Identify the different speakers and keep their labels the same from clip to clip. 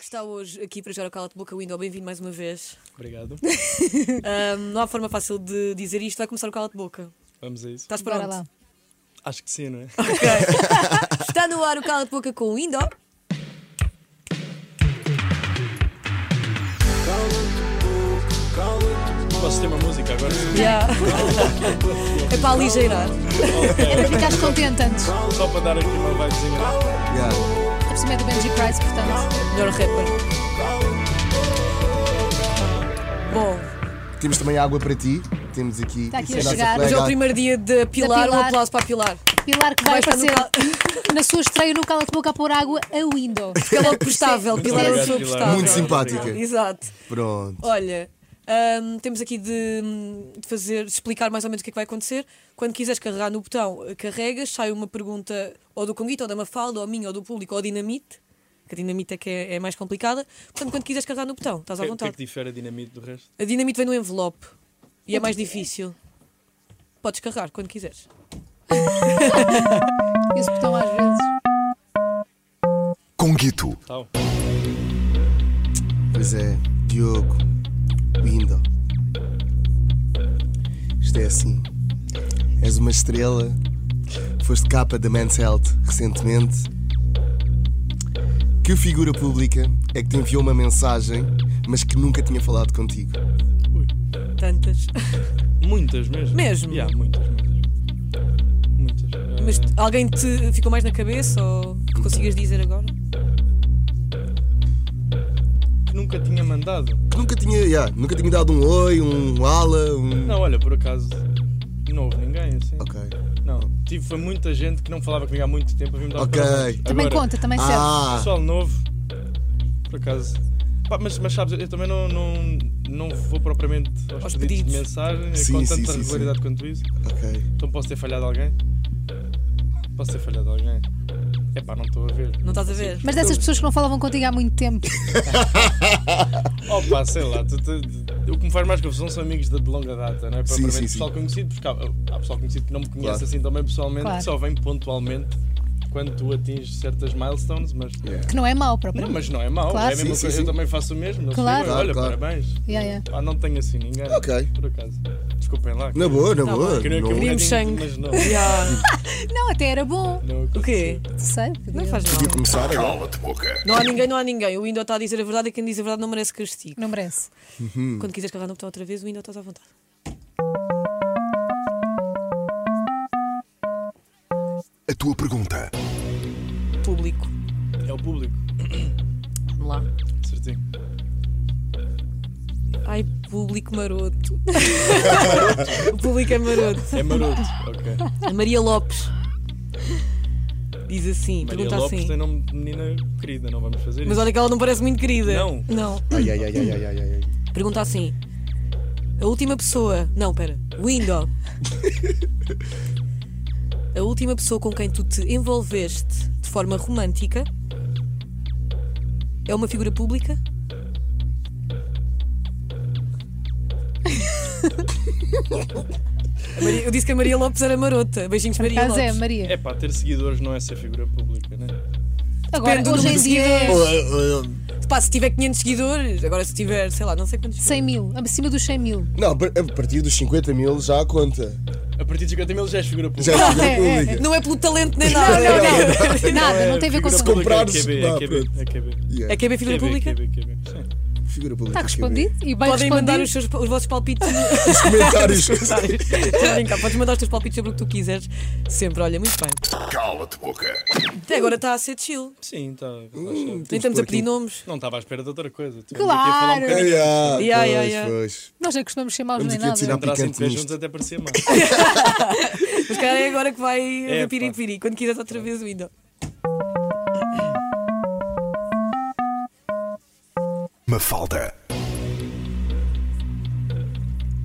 Speaker 1: está hoje aqui para jogar ao Cala-te Boca Window. Bem-vindo mais uma vez.
Speaker 2: Obrigado.
Speaker 1: Ahm, não há forma fácil de dizer isto. Vai começar o Cala-te Boca.
Speaker 2: Vamos a isso.
Speaker 1: Estás
Speaker 3: Bora
Speaker 1: pronto?
Speaker 3: lá.
Speaker 2: Acho que sim, não é?
Speaker 1: Ok. Está no ar o Cala-te Boca com o Window.
Speaker 2: Posso ter uma música agora?
Speaker 1: Já. é para aligeirar.
Speaker 3: Era para ficares contente antes.
Speaker 2: Só para dar aqui uma vibezinha.
Speaker 3: A cima é do Benji Price, portanto.
Speaker 1: Melhor rapper. Bom, é
Speaker 4: Temos também água para ti. Temos aqui.
Speaker 3: Está aqui
Speaker 4: a
Speaker 3: a
Speaker 4: nossa
Speaker 3: chegar.
Speaker 1: hoje é o
Speaker 4: colega.
Speaker 1: primeiro dia de Pilar. Um
Speaker 3: Pilar.
Speaker 1: aplauso para a Pilar.
Speaker 3: Pilar que vai
Speaker 1: Vai estar no
Speaker 3: aparecer na sua estreia no Cala de Boca a pôr água a window.
Speaker 1: Porque ela é prestável. Pilar é uma
Speaker 2: obrigado,
Speaker 1: pessoa
Speaker 2: Pilar.
Speaker 1: prestável.
Speaker 4: Muito simpática.
Speaker 1: Exato.
Speaker 4: Pronto.
Speaker 1: Olha, hum, temos aqui de, hum, de fazer, de explicar mais ou menos o que é que vai acontecer. Quando quiseres carregar no botão, eh, carregas, sai uma pergunta ou do Conguito, ou da Mafalda, ou minha, ou do público, ou dinamite. Que a dinamite é que é, é mais complicada. Portanto, quando quiseres carregar no botão, estás à
Speaker 2: O que é
Speaker 1: vontade.
Speaker 2: que difere a dinamite do resto?
Speaker 1: A dinamite vem no envelope e é mais difícil. Podes carregar quando quiseres.
Speaker 3: Esse botão às vezes.
Speaker 4: Conguito.
Speaker 2: Tal.
Speaker 4: Pois é, Diogo. Window. Isto é assim. És uma estrela. Foste capa da Men's Health recentemente. Que figura pública é que te enviou uma mensagem, mas que nunca tinha falado contigo?
Speaker 1: Tantas.
Speaker 2: Muitas mesmo.
Speaker 1: Mesmo?
Speaker 2: Yeah, muitas, muitas. Muitas. Eh,
Speaker 1: Mas t- alguém te ficou mais na cabeça ou que consigas dizer agora?
Speaker 2: que nunca tinha mandado.
Speaker 4: Que nunca tinha, yeah, nunca tinha dado um oi, um ala, um.
Speaker 2: Não, olha, por acaso não houve ninguém assim.
Speaker 4: Ok.
Speaker 2: Não. Tive, foi muita gente que não falava comigo há muito tempo. Eu vim dar
Speaker 4: Ok.
Speaker 2: parabéns.
Speaker 3: Também
Speaker 2: Agora,
Speaker 3: conta, também serve.
Speaker 4: Ah!
Speaker 2: Pessoal novo, por acaso. Pá, mas, mas sabes, eu também não, não, não vou propriamente aos,
Speaker 1: Aos
Speaker 2: pedidos,
Speaker 1: pedidos.
Speaker 2: de mensagem é
Speaker 4: Sim,
Speaker 2: com
Speaker 4: sim,
Speaker 2: tanta
Speaker 4: sim,
Speaker 2: regularidade quanto isso.
Speaker 4: Ok.
Speaker 2: Então posso ter falhado alguém? Posso ter falhado alguém? Epá, não estou a ver.
Speaker 1: Não estás a ver?
Speaker 3: Mas dessas pessoas que não falavam contigo há muito tempo.
Speaker 2: Opa, sei lá. Tu, tu, o que me faz mais confusão são amigos de, de longa data, não é?
Speaker 4: Sim,
Speaker 2: Propriamente
Speaker 4: sim, sim.
Speaker 2: pessoal conhecido, porque há, há pessoal conhecido que não me conhece
Speaker 4: Claro.
Speaker 2: assim também pessoalmente,
Speaker 3: Claro.
Speaker 2: que só vem pontualmente quando tu atinges certas milestones, mas.
Speaker 3: Que não é mau,
Speaker 2: Não,
Speaker 3: próprio.
Speaker 2: mas não é mau,
Speaker 3: Claro.
Speaker 2: é a mesma
Speaker 4: Sim, sim,
Speaker 2: coisa,
Speaker 4: sim.
Speaker 2: eu também faço o mesmo. eles
Speaker 3: Claro.
Speaker 2: ficam, Olha,
Speaker 4: Claro, claro.
Speaker 2: parabéns.
Speaker 3: Yeah, yeah.
Speaker 2: Ah, não tenho assim ninguém.
Speaker 4: Ok.
Speaker 2: Por acaso. Desculpem lá.
Speaker 4: Na boa, na
Speaker 1: Tá
Speaker 4: boa.
Speaker 1: bom.
Speaker 2: Queria que eu
Speaker 4: Não-
Speaker 1: Queríamos sangue.
Speaker 2: bocadinho, mas não.
Speaker 1: Yeah.
Speaker 3: Não, até era bom.
Speaker 2: não
Speaker 1: O quê?
Speaker 3: Não Sei.
Speaker 1: Não faz mal.
Speaker 4: Podia começar agora.
Speaker 1: Não há ninguém, não há ninguém. O Windows está a dizer a verdade e quem diz a verdade não merece castigo.
Speaker 3: Não merece.
Speaker 1: Quando quiseres carregar no botão outra vez, o Windows estás à vontade.
Speaker 5: A tua pergunta.
Speaker 1: Público.
Speaker 2: É o público,
Speaker 1: Vamos lá.
Speaker 2: certinho.
Speaker 1: Ai, público maroto. o público é maroto.
Speaker 2: É maroto. Ok.
Speaker 1: A Maria Lopes diz assim,
Speaker 2: Maria
Speaker 1: pergunta
Speaker 3: tá
Speaker 2: Lopes
Speaker 1: assim.
Speaker 2: tem nome de menina querida, não vamos fazer
Speaker 1: Mas
Speaker 2: isso.
Speaker 1: olha que ela não parece muito querida.
Speaker 2: Não.
Speaker 1: Não.
Speaker 4: Ai, ai, ai, ai, ai, ai, ai.
Speaker 1: Pergunta assim. A última pessoa. Não, pera. Window. A última pessoa com quem tu te envolveste de forma romântica é uma figura pública? A Maria- Eu disse que a Maria Lopes era marota. Beijinhos, Maria
Speaker 3: Caso é,
Speaker 1: Lopes.
Speaker 3: Maria.
Speaker 2: É pá, ter seguidores não é ser figura pública, né?
Speaker 3: Agora,
Speaker 1: Depende do
Speaker 3: hoje em
Speaker 1: número de
Speaker 3: dia é
Speaker 1: seguidores.
Speaker 4: Oh, oh, oh.
Speaker 1: Pá, se tiver 500 seguidores, agora se tiver, sei lá, não sei quantos.
Speaker 3: 100 mil. Acima dos 100 mil.
Speaker 4: Não, a partir dos 50 mil já conta.
Speaker 2: A partir de 50 mil já és figura pública.
Speaker 4: Já é figura
Speaker 3: É, é,
Speaker 4: pública.
Speaker 1: Não é pelo talento nem nada. Não,
Speaker 3: Nada, não tem a ver com
Speaker 2: É Figura
Speaker 3: segundo.
Speaker 2: pública
Speaker 4: comprares-
Speaker 2: É QB, é
Speaker 4: Vá,
Speaker 2: QB, é QB.
Speaker 4: Yeah.
Speaker 1: É tá que é bem figura
Speaker 2: QB,
Speaker 1: pública?
Speaker 2: QB, QB. Sim.
Speaker 4: Figura pública.
Speaker 3: Está
Speaker 4: é
Speaker 3: Tá respondido e bem
Speaker 1: Podem mandar os,
Speaker 3: respondido.
Speaker 1: seus, os vossos palpites
Speaker 4: Os comentários.
Speaker 1: Estou a brincar, podes mandar os teus palpites sobre o que tu quiseres. Sempre, olha, muito bem.
Speaker 5: Cala-te boca.
Speaker 1: Até agora está a ser chill.
Speaker 2: Sim, está.
Speaker 4: Hum.
Speaker 1: Nem estamos a pedir
Speaker 4: aqui.
Speaker 1: nomes.
Speaker 2: Não estava à espera de outra coisa. Tu
Speaker 3: Claro.
Speaker 2: aqui a falar um bocadinho.
Speaker 4: yeah, yeah,
Speaker 1: Yeah,
Speaker 4: pois,
Speaker 1: yeah, yeah.
Speaker 4: pois.
Speaker 3: Nós nem costumamos ser maus
Speaker 4: Vamos
Speaker 3: nem
Speaker 4: aqui a
Speaker 3: nada. é?
Speaker 4: tirar-
Speaker 2: Entrassem assim de pé
Speaker 4: Picante
Speaker 2: juntos
Speaker 4: nisto.
Speaker 2: até parecia mal.
Speaker 1: Mas calhar é agora que vai
Speaker 2: É,
Speaker 1: haver piripiri. Quando quiseres outra vez o Window.
Speaker 5: Mafalda.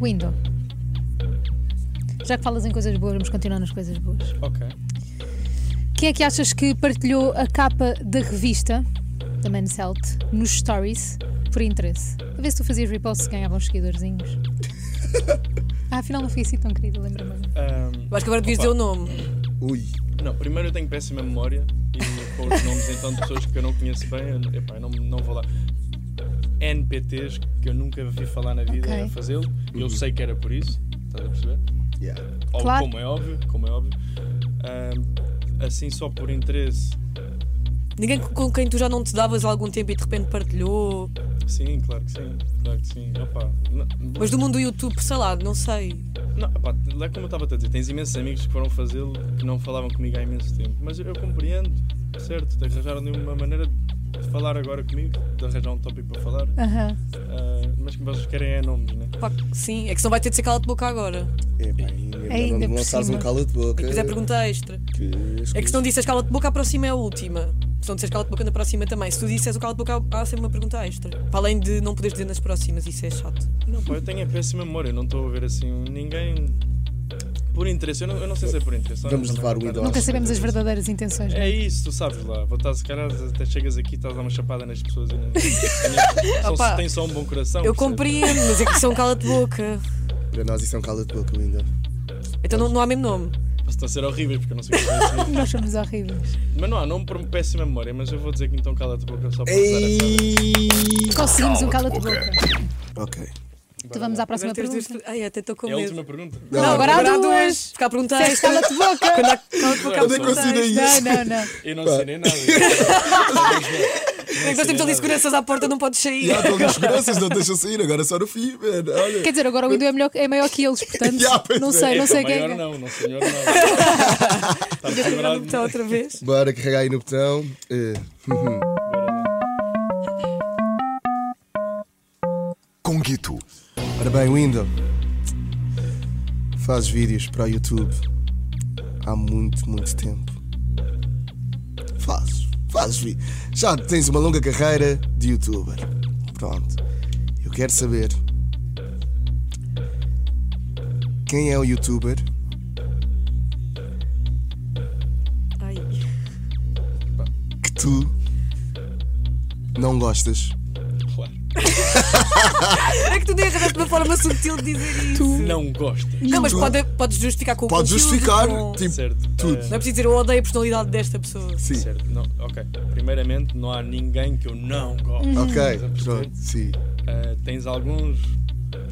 Speaker 3: Window. Já que falas em coisas boas, vamos continuar nas coisas boas.
Speaker 2: ok.
Speaker 3: Quem é que achas que partilhou a capa da revista da Men's Health nos stories por interesse? A ver se tu fazias repost se ganhavam uns seguidorzinhos. ah, afinal não fui assim tão querida, lembra-me.
Speaker 2: Ahm,
Speaker 1: Eu acho que agora devias dizer
Speaker 2: Opa.
Speaker 1: o nome.
Speaker 4: Ui.
Speaker 2: não, primeiro eu tenho péssima memória e com os nomes então de pessoas que eu não conheço bem, eu, epá, eu não, não vou lá. NPTs que eu nunca vi falar na vida
Speaker 3: Ok.
Speaker 2: a fazê-lo, e eu sei que era por isso, estás a perceber?
Speaker 4: Yeah.
Speaker 2: Ou
Speaker 3: Claro.
Speaker 2: como é óbvio, como é óbvio. Ahm, assim só por interesse,
Speaker 1: Ninguém com- com quem tu já não te davas há algum tempo e de repente partilhou.
Speaker 2: sim, claro que sim, claro que sim. Opá, não,
Speaker 1: Mas do mundo do YouTube, sei lá, não sei.
Speaker 2: não, opá, lá como eu estava a dizer, tens imensos amigos que foram fazê-lo que não falavam comigo há imenso tempo. Mas eu, eu compreendo, certo, arranjaram de uma maneira de falar agora comigo, de arranjar um tópico para falar.
Speaker 3: Aham.
Speaker 2: Ah, mas que vocês querem é nomes, né?
Speaker 1: Pá, sim, é que senão vai ter de ser cala de boca agora.
Speaker 4: Epá, ainda,
Speaker 3: Ainda
Speaker 4: não
Speaker 3: por
Speaker 4: lançares um
Speaker 3: cima.
Speaker 4: cala de boca.
Speaker 1: E depois é pergunta extra.
Speaker 4: que
Speaker 1: É que se não disseres cala de boca, a próxima é a última. Se não disseres cala de boca, na próxima também. Se tu disseres o cala de boca, há sempre uma pergunta extra. Para além de não poderes dizer nas próximas, isso é chato.
Speaker 2: Não, pá, eu tenho a péssima memória, eu não estou a ver assim ninguém. ah, Por interesse, eu não, eu não sei se é por interesse.
Speaker 4: Vamos
Speaker 2: honestamente,
Speaker 4: levar
Speaker 2: não
Speaker 4: o ídolo.
Speaker 2: tenho
Speaker 3: Nunca
Speaker 4: Nossa,
Speaker 3: sabemos as verdadeiras intenções. não é?
Speaker 2: É isso, tu sabes lá. Vou estar, se calhar, até chegas aqui e estás a dar uma chapada nas pessoas. E não, nem- só
Speaker 1: Opa,
Speaker 2: se tem só um bom coração.
Speaker 1: Eu
Speaker 2: percebes?
Speaker 1: compreendo, mas é que são cala de boca.
Speaker 4: Para nós isso é um cala de boca, ainda.
Speaker 1: Então não, não há mesmo nome.
Speaker 2: Posso estar a ser horrível, porque eu não sei o que é isso.
Speaker 3: Nós somos horríveis.
Speaker 2: Mas não há nome por péssima memória, mas eu vou dizer que então cala-te a boca só para usar essa.
Speaker 4: Ei!
Speaker 3: Conseguimos um
Speaker 5: Cala-te
Speaker 3: cala de boca.
Speaker 4: Ok.
Speaker 3: Então vamos à próxima
Speaker 1: Deve teres
Speaker 3: pergunta.
Speaker 1: dito- Ai, até estou com
Speaker 2: É a
Speaker 1: medo.
Speaker 2: última pergunta?
Speaker 4: Não,
Speaker 3: agora- há duas.
Speaker 1: Porque há pergunta
Speaker 3: Disseste
Speaker 1: extra.
Speaker 3: cala-te boca.
Speaker 1: Quando há cala de boca, há
Speaker 2: Onde é que eu
Speaker 1: pergunta
Speaker 4: assinei
Speaker 1: extra.
Speaker 3: Não, não, não.
Speaker 2: Eu não sei nem nada.
Speaker 1: É que Nós temos ali seguranças à porta, não podes sair.
Speaker 4: Já estão as seguranças, não deixam sair, agora só no fim, velho. Olha.
Speaker 3: Quer dizer, agora o Indo é, melhor, é maior que eles, portanto.
Speaker 4: Yeah, pois
Speaker 3: não
Speaker 4: é.
Speaker 3: sei, não sei quem
Speaker 2: Maior
Speaker 3: é.
Speaker 2: não, não Tá senhor não. Está
Speaker 1: Não
Speaker 2: segurado.
Speaker 1: está outra vez.
Speaker 4: Bora carregar aí no botão. Eh,
Speaker 5: Conguito.
Speaker 4: Ora bem, Window. Fazes vídeos para o YouTube há muito, muito tempo. Fazes, fazes vídeos. Já tens uma longa carreira de youtuber. Pronto. Eu quero saber quem é o youtuber
Speaker 1: Ai.
Speaker 4: que tu não gostas.
Speaker 2: Claro.
Speaker 1: É que tu nem arranjaste uma forma sutil de dizer isso.
Speaker 2: Não gosta.
Speaker 1: Não, mas
Speaker 4: Tu-
Speaker 1: pode, podes justificar com o
Speaker 4: Podes
Speaker 1: conteúdo,
Speaker 4: justificar,
Speaker 1: com-
Speaker 4: tipo,
Speaker 2: Certo.
Speaker 4: tudo.
Speaker 1: Não é preciso dizer eu odeio a personalidade desta pessoa.
Speaker 4: Sim.
Speaker 2: Certo, não, ok. Primeiramente, não há ninguém que eu não gosto.
Speaker 4: Uhum. Ok,
Speaker 2: Estás a perceber?
Speaker 4: pronto, sim.
Speaker 2: Ah, tens alguns eh,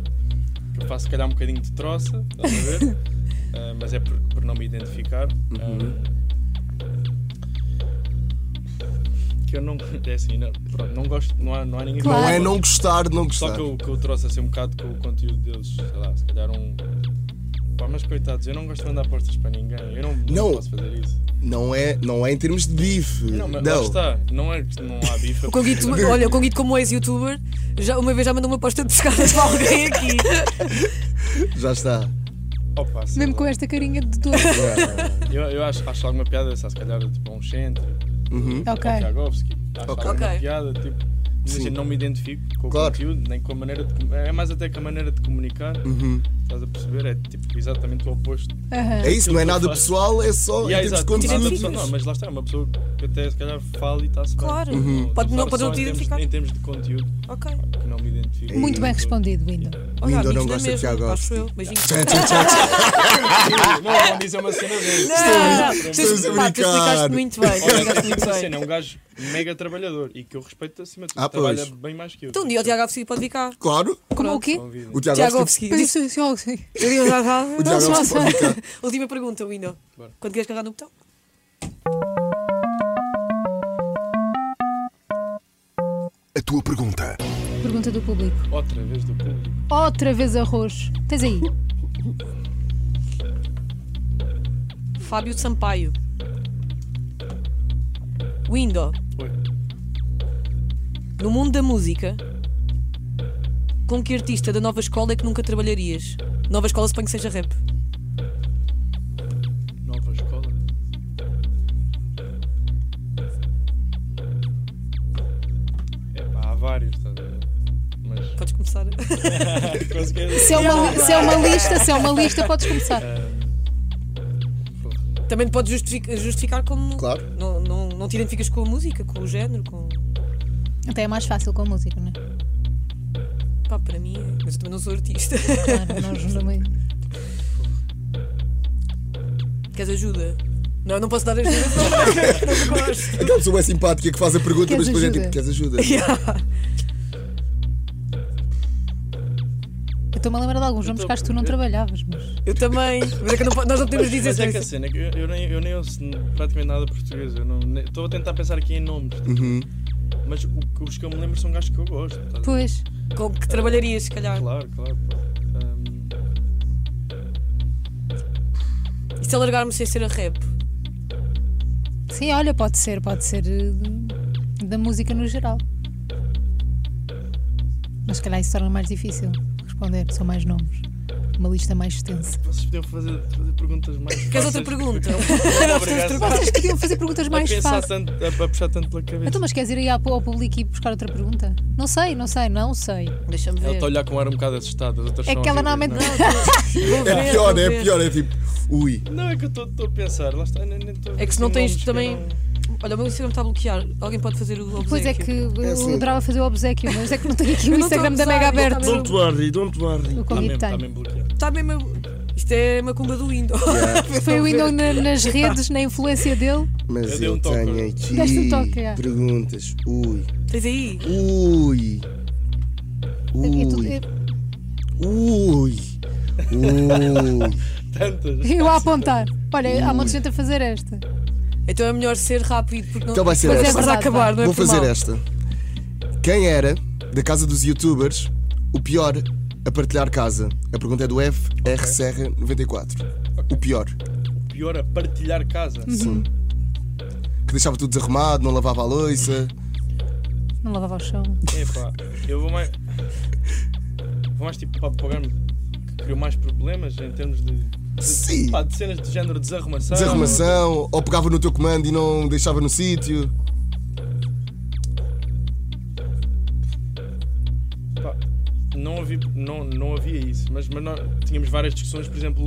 Speaker 2: que eu faço, se calhar, um bocadinho de troça, estás a ver? Ah, mas é por, por não me identificar. Ah,
Speaker 4: Uhum.
Speaker 2: que eu não. É assim, não, pronto, não gosto, não há, não há ninguém
Speaker 3: Claro.
Speaker 4: Não é
Speaker 2: que eu
Speaker 4: não gostar de não
Speaker 2: Só
Speaker 4: gostar.
Speaker 2: que eu, que eu trouxe assim um bocado com o conteúdo deles, sei lá, se calhar um. Pá, mas coitados, eu não gosto de mandar postas para ninguém, eu não, não
Speaker 4: Não.
Speaker 2: posso fazer isso.
Speaker 4: Não é, não é em termos de bife.
Speaker 2: Não, mas lá está, não é que não há bife.
Speaker 1: O Conguito, olha, o Conguito como ex-youtuber, já, uma vez já mandou uma aposta de pescadas para alguém aqui.
Speaker 4: Já está.
Speaker 2: Opa, sei
Speaker 3: Mesmo
Speaker 2: lá.
Speaker 3: com esta carinha de dor.
Speaker 2: Eu, eu acho, acho alguma piada, se calhar, tipo, um centro,
Speaker 4: Uhum.
Speaker 3: Ok.
Speaker 2: um Piagovski. Acho
Speaker 4: Ok.
Speaker 2: alguma
Speaker 1: Ok.
Speaker 2: piada, tipo, imagina, não me identifico com
Speaker 4: Claro.
Speaker 2: o conteúdo, nem com a maneira de. com- É mais até que a maneira de comunicar, estás a perceber? É tipo exatamente o oposto.
Speaker 3: Aham.
Speaker 4: Uhum. É isso, não é
Speaker 2: Aquilo que
Speaker 4: nada
Speaker 2: eu faço.
Speaker 4: pessoal, é só
Speaker 2: E
Speaker 4: em
Speaker 2: é
Speaker 4: termos de
Speaker 2: exato, nada
Speaker 4: conteúdo.
Speaker 2: pessoal- não, mas lá está, é uma pessoa que até se calhar fala e está-se bem.
Speaker 1: Claro. Uhum. Pode- não-
Speaker 2: estar
Speaker 1: pode
Speaker 2: só
Speaker 1: não te
Speaker 2: em termos-
Speaker 1: identificar.
Speaker 2: Em termos de conteúdo,
Speaker 1: Ok.
Speaker 2: que não me identifico.
Speaker 3: Muito bem
Speaker 2: Não-
Speaker 3: respondido, Window.
Speaker 1: Olha,
Speaker 4: Lindo,
Speaker 1: amigos,
Speaker 4: não
Speaker 1: na
Speaker 4: gosta de
Speaker 1: mesma,
Speaker 4: Tiago
Speaker 1: é Acho eu.
Speaker 4: Alves.
Speaker 1: Beijinho.
Speaker 4: Tchá, tchá, tchá, tchá.
Speaker 2: Não, não, isso é uma cena dele.
Speaker 1: Ah, Não, não, tu
Speaker 4: Estamos a
Speaker 1: pá, tu
Speaker 4: brincar.
Speaker 1: explicaste muito bem. tu
Speaker 2: Olha,
Speaker 1: explicaste
Speaker 2: essa
Speaker 1: muito bem.
Speaker 2: cena é um gajo mega trabalhador e que eu respeito acima de tudo.
Speaker 4: Ah, pois.
Speaker 2: Trabalha bem mais que eu.
Speaker 1: Então um dia o Tiago Alves pode vir cá.
Speaker 4: Claro,
Speaker 3: Como o quê?
Speaker 2: Convido.
Speaker 4: o Tiago
Speaker 1: Tiago
Speaker 4: Alves-
Speaker 1: Alves.
Speaker 3: Eu disse assim, algo assim.
Speaker 4: o Tiago
Speaker 3: Não,
Speaker 4: Alves
Speaker 3: só-
Speaker 4: pode ficar.
Speaker 1: Última pergunta, Window.
Speaker 2: Bora.
Speaker 1: Quando queres carregar no botão?
Speaker 5: A tua pergunta.
Speaker 3: Pergunta do público.
Speaker 2: Outra vez do público.
Speaker 3: Outra vez arroz. Tens aí.
Speaker 1: Fábio Sampaio. Window.
Speaker 2: Oi.
Speaker 1: No mundo da música, com que artista da nova escola é que nunca trabalharias? Nova escola, suponho que seja rap.
Speaker 2: Nova escola. É pá, há vários, estás a ver? Mas.
Speaker 1: Podes começar.
Speaker 2: Consegui-
Speaker 3: Se é uma, se é uma lista, se é uma lista, podes começar.
Speaker 1: Também podes justific- justificar como.
Speaker 4: Claro.
Speaker 1: Não, não, não te identificas com a música, com o género, com.
Speaker 3: Até é mais fácil com a música, não é?
Speaker 1: Pá, para mim. é- Mas eu também não sou artista.
Speaker 3: Claro, nós não
Speaker 1: Queres ajuda? Não, não posso dar ajuda, não, não gosto.
Speaker 4: Aquela pessoa é simpática que faz a pergunta,
Speaker 3: Queres
Speaker 4: mas depois
Speaker 3: ajuda?
Speaker 4: é tipo, queres ajuda?
Speaker 1: Yeah.
Speaker 3: Eu estou-me a lembrar de alguns
Speaker 2: Eu
Speaker 3: nomes
Speaker 2: tô-
Speaker 3: que acho que tu não
Speaker 2: eu-
Speaker 3: trabalhavas, mas.
Speaker 1: Eu também. Mas é que eu não po- nós não podemos dizer
Speaker 2: Mas é que a
Speaker 1: isso.
Speaker 2: cena, é que eu, eu nem, eu nem ouço praticamente nada português. eu não- nem- Estou a tentar pensar aqui em nomes, tipo,
Speaker 4: Uhum.
Speaker 2: mas o que- os que eu me lembro são gajos que eu gosto. estás a ver?
Speaker 3: Pois.
Speaker 1: Com que trabalharias, se calhar.
Speaker 2: Claro, claro. pá. Ahm,
Speaker 1: E se alargarmos sem ser a rap?
Speaker 3: Sim, olha, pode ser, pode ser eh, de- da música no geral. Mas se calhar isso torna mais difícil responder, são mais nomes. Uma lista mais extensa.
Speaker 2: vocês podiam fazer, fazer perguntas mais.
Speaker 1: Queres
Speaker 2: fáceis,
Speaker 1: outra
Speaker 2: porque
Speaker 1: pergunta?
Speaker 2: eu não vou
Speaker 1: temos
Speaker 2: obrigar
Speaker 1: de
Speaker 2: a-
Speaker 3: Vocês queriam fazer perguntas mais
Speaker 2: a pensar
Speaker 3: fáceis.
Speaker 2: tanto, a, a puxar tanto pela cabeça.
Speaker 3: Então, mas queres ir aí ao ao público e buscar outra pergunta? Não sei, não sei, não sei.
Speaker 1: Deixa-me
Speaker 2: Ela
Speaker 1: ver.
Speaker 2: está a olhar com um ar um bocado assustado. As outras
Speaker 3: É
Speaker 2: são
Speaker 3: que ela
Speaker 2: horríveis,
Speaker 3: normalmente.
Speaker 2: não
Speaker 1: Vou ver,
Speaker 4: É pior,
Speaker 1: vou
Speaker 4: é
Speaker 1: ver.
Speaker 4: pior, é tipo, ui.
Speaker 2: Não, é que eu estou a pensar. Lá está, nem, nem tô a
Speaker 1: É que se
Speaker 2: ver
Speaker 1: não tens
Speaker 2: nomes, que
Speaker 1: também-
Speaker 2: eu não-
Speaker 1: Olha, o meu Instagram está a bloquear. Alguém pode fazer o obsequio.
Speaker 3: Pois é que
Speaker 4: É
Speaker 3: eu
Speaker 4: assim.
Speaker 3: adorava fazer o obsequio, mas é que não tenho aqui o
Speaker 1: Eu não estou a
Speaker 3: Instagram da Mega
Speaker 1: gozar, eu
Speaker 3: aberto.
Speaker 1: também-
Speaker 6: Don't worry, don't worry.
Speaker 3: O
Speaker 2: Está Tá mesmo,
Speaker 3: convite
Speaker 2: está
Speaker 3: tem.
Speaker 2: mesmo bloqueado.
Speaker 1: Está mesmo. Isto é uma cumba do Windows.
Speaker 3: Foi o Windows na- nas redes, na influência dele.
Speaker 4: Mas
Speaker 2: Eu
Speaker 4: eu,
Speaker 2: dei um toque.
Speaker 4: tenho aqui
Speaker 3: Deste um toque, é.
Speaker 4: perguntas. Ui.
Speaker 1: Tens aí?
Speaker 4: Ui.
Speaker 3: É tudo-
Speaker 4: Ui.
Speaker 3: é-
Speaker 4: Ui. Ui.
Speaker 2: Tantas.
Speaker 3: Eu a apontar. Olha, há um monte de gente a fazer esta.
Speaker 1: Então é melhor ser rápido porque não.
Speaker 4: Então vai ser
Speaker 1: Mas é
Speaker 4: esta.
Speaker 1: para acabar, não é
Speaker 4: Vou
Speaker 1: por
Speaker 4: fazer
Speaker 1: mal.
Speaker 4: esta. Quem era, da casa dos youtubers, o pior a partilhar casa? A pergunta é do F. R. Serra 94. O pior.
Speaker 2: Pior a partilhar casa.
Speaker 3: Uhum.
Speaker 4: Sim. Que deixava tudo desarrumado, não lavava a louça.
Speaker 3: Não lavava o chão.
Speaker 2: Epá, eu vou mais. Vou mais tipo para pagar que criou mais problemas em termos de. de-
Speaker 4: Sim.
Speaker 2: pá, de cenas de género desarrumação.
Speaker 4: Desarrumação, ou pegava no teu comando e não deixava no sítio.
Speaker 2: Pá, não, havia, não, não havia isso, mas, mas nós tínhamos várias discussões, por exemplo.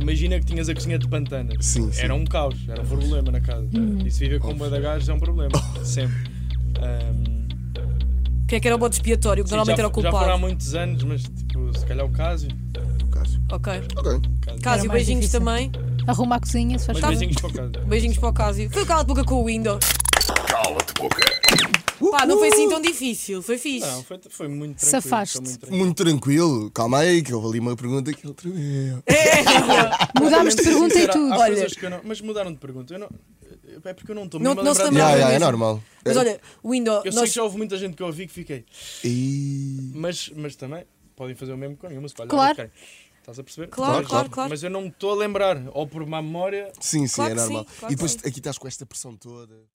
Speaker 2: Imagina que tinhas a cozinha de pantana.
Speaker 4: Sim, sim.
Speaker 2: Era um caos, era um problema na casa.
Speaker 1: Uhum.
Speaker 2: E se viver com um da gás é um problema. Sempre. Ahm,
Speaker 1: Quem é que era o bode expiatório? Que
Speaker 2: sim,
Speaker 1: normalmente
Speaker 2: já,
Speaker 1: era o
Speaker 2: Já foram há
Speaker 1: culpado.
Speaker 2: muitos anos, mas tipo, se calhar o caso.
Speaker 1: Ok.
Speaker 4: Ok.
Speaker 3: Era
Speaker 1: Cásio,
Speaker 3: mais
Speaker 1: beijinhos
Speaker 3: difícil.
Speaker 1: também.
Speaker 3: Arruma a cozinha, se faz
Speaker 2: Mas
Speaker 3: favor.
Speaker 2: beijinhos para o caso.
Speaker 1: Beijinhos para o Cásio. Foi o cala de boca com o Windows.
Speaker 5: Cala-te boca.
Speaker 1: Pá, não foi assim tão difícil. Foi fixe.
Speaker 2: Não, foi, foi muito tranquilo.
Speaker 3: Safaste.
Speaker 2: foi muito tranquilo.
Speaker 4: Muito tranquilo, calma aí, que houve ali uma pergunta que ele tremeu.
Speaker 1: É
Speaker 3: Mudámos de pergunta e
Speaker 2: Sincero,
Speaker 3: tudo.
Speaker 2: há
Speaker 1: Olha.
Speaker 2: pessoas que eu não- mas mudaram de pergunta. Eu não, é porque eu não estou
Speaker 1: Não-
Speaker 2: mesmo a
Speaker 1: não se
Speaker 2: lembrar de
Speaker 1: lembra-
Speaker 2: nada.
Speaker 4: Ya, ya, é
Speaker 1: mesmo.
Speaker 4: normal.
Speaker 1: Mas
Speaker 4: É-
Speaker 1: olha, o Windows.
Speaker 2: Eu sei
Speaker 1: nós...
Speaker 2: que já houve muita gente que eu ouvi que fiquei.
Speaker 4: Ih,
Speaker 2: Mas, mas também podem fazer o mesmo com nenhuma. se calhar,
Speaker 3: Claro.
Speaker 2: ok. Estás a perceber?
Speaker 1: Claro,
Speaker 2: mas,
Speaker 1: claro, claro.
Speaker 2: Mas eu não me estou a lembrar. Ou por má memória.
Speaker 4: Sim, sim,
Speaker 1: Claro
Speaker 4: é
Speaker 1: que sim,
Speaker 4: normal.
Speaker 1: claro
Speaker 4: E
Speaker 1: que
Speaker 4: depois
Speaker 1: sim.
Speaker 4: aqui estás com esta pressão toda.